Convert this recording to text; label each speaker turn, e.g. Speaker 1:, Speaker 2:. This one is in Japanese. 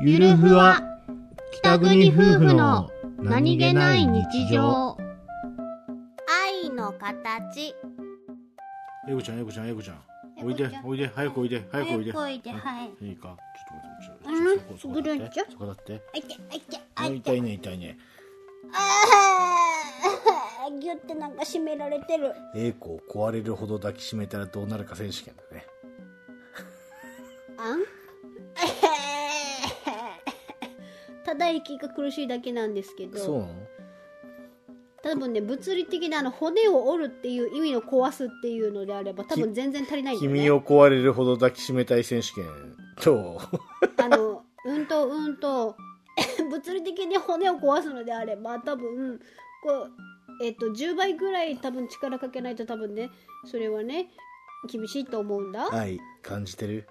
Speaker 1: ゆるふわ北国夫婦の
Speaker 2: 愛の形
Speaker 1: えぐちゃんえぐちゃんえぐちゃんおいでおいで早くおいで早くおいで
Speaker 2: おいではい
Speaker 1: いいかちょっと
Speaker 2: うん
Speaker 1: 待ってちょっとそこ
Speaker 2: ぐる
Speaker 1: そ
Speaker 2: ん
Speaker 1: こ立
Speaker 2: ちょ
Speaker 1: ってそこ立って
Speaker 2: あいてあいて
Speaker 1: あ
Speaker 2: あいて
Speaker 1: 痛いね痛いね
Speaker 2: あーギュってなんか締められてる
Speaker 1: 栄子を壊れるほど抱きしめたらどうなるか選手権だね
Speaker 2: あん ただ息が苦しいだけなんですけ
Speaker 1: そう
Speaker 2: ど
Speaker 1: なの
Speaker 2: 多分ね物理的なあの骨を折るっていう意味の壊すっていうのであれば多分全然足りないんだよね
Speaker 1: 君を壊れるほど抱きしめたい選手権と
Speaker 2: あのうんとうんと 物理的に骨を壊すのであれば多分こう、えっと10倍ぐらい多分力かけないと多分ねそれはね厳しいと思うんだ。
Speaker 1: 愛感じてる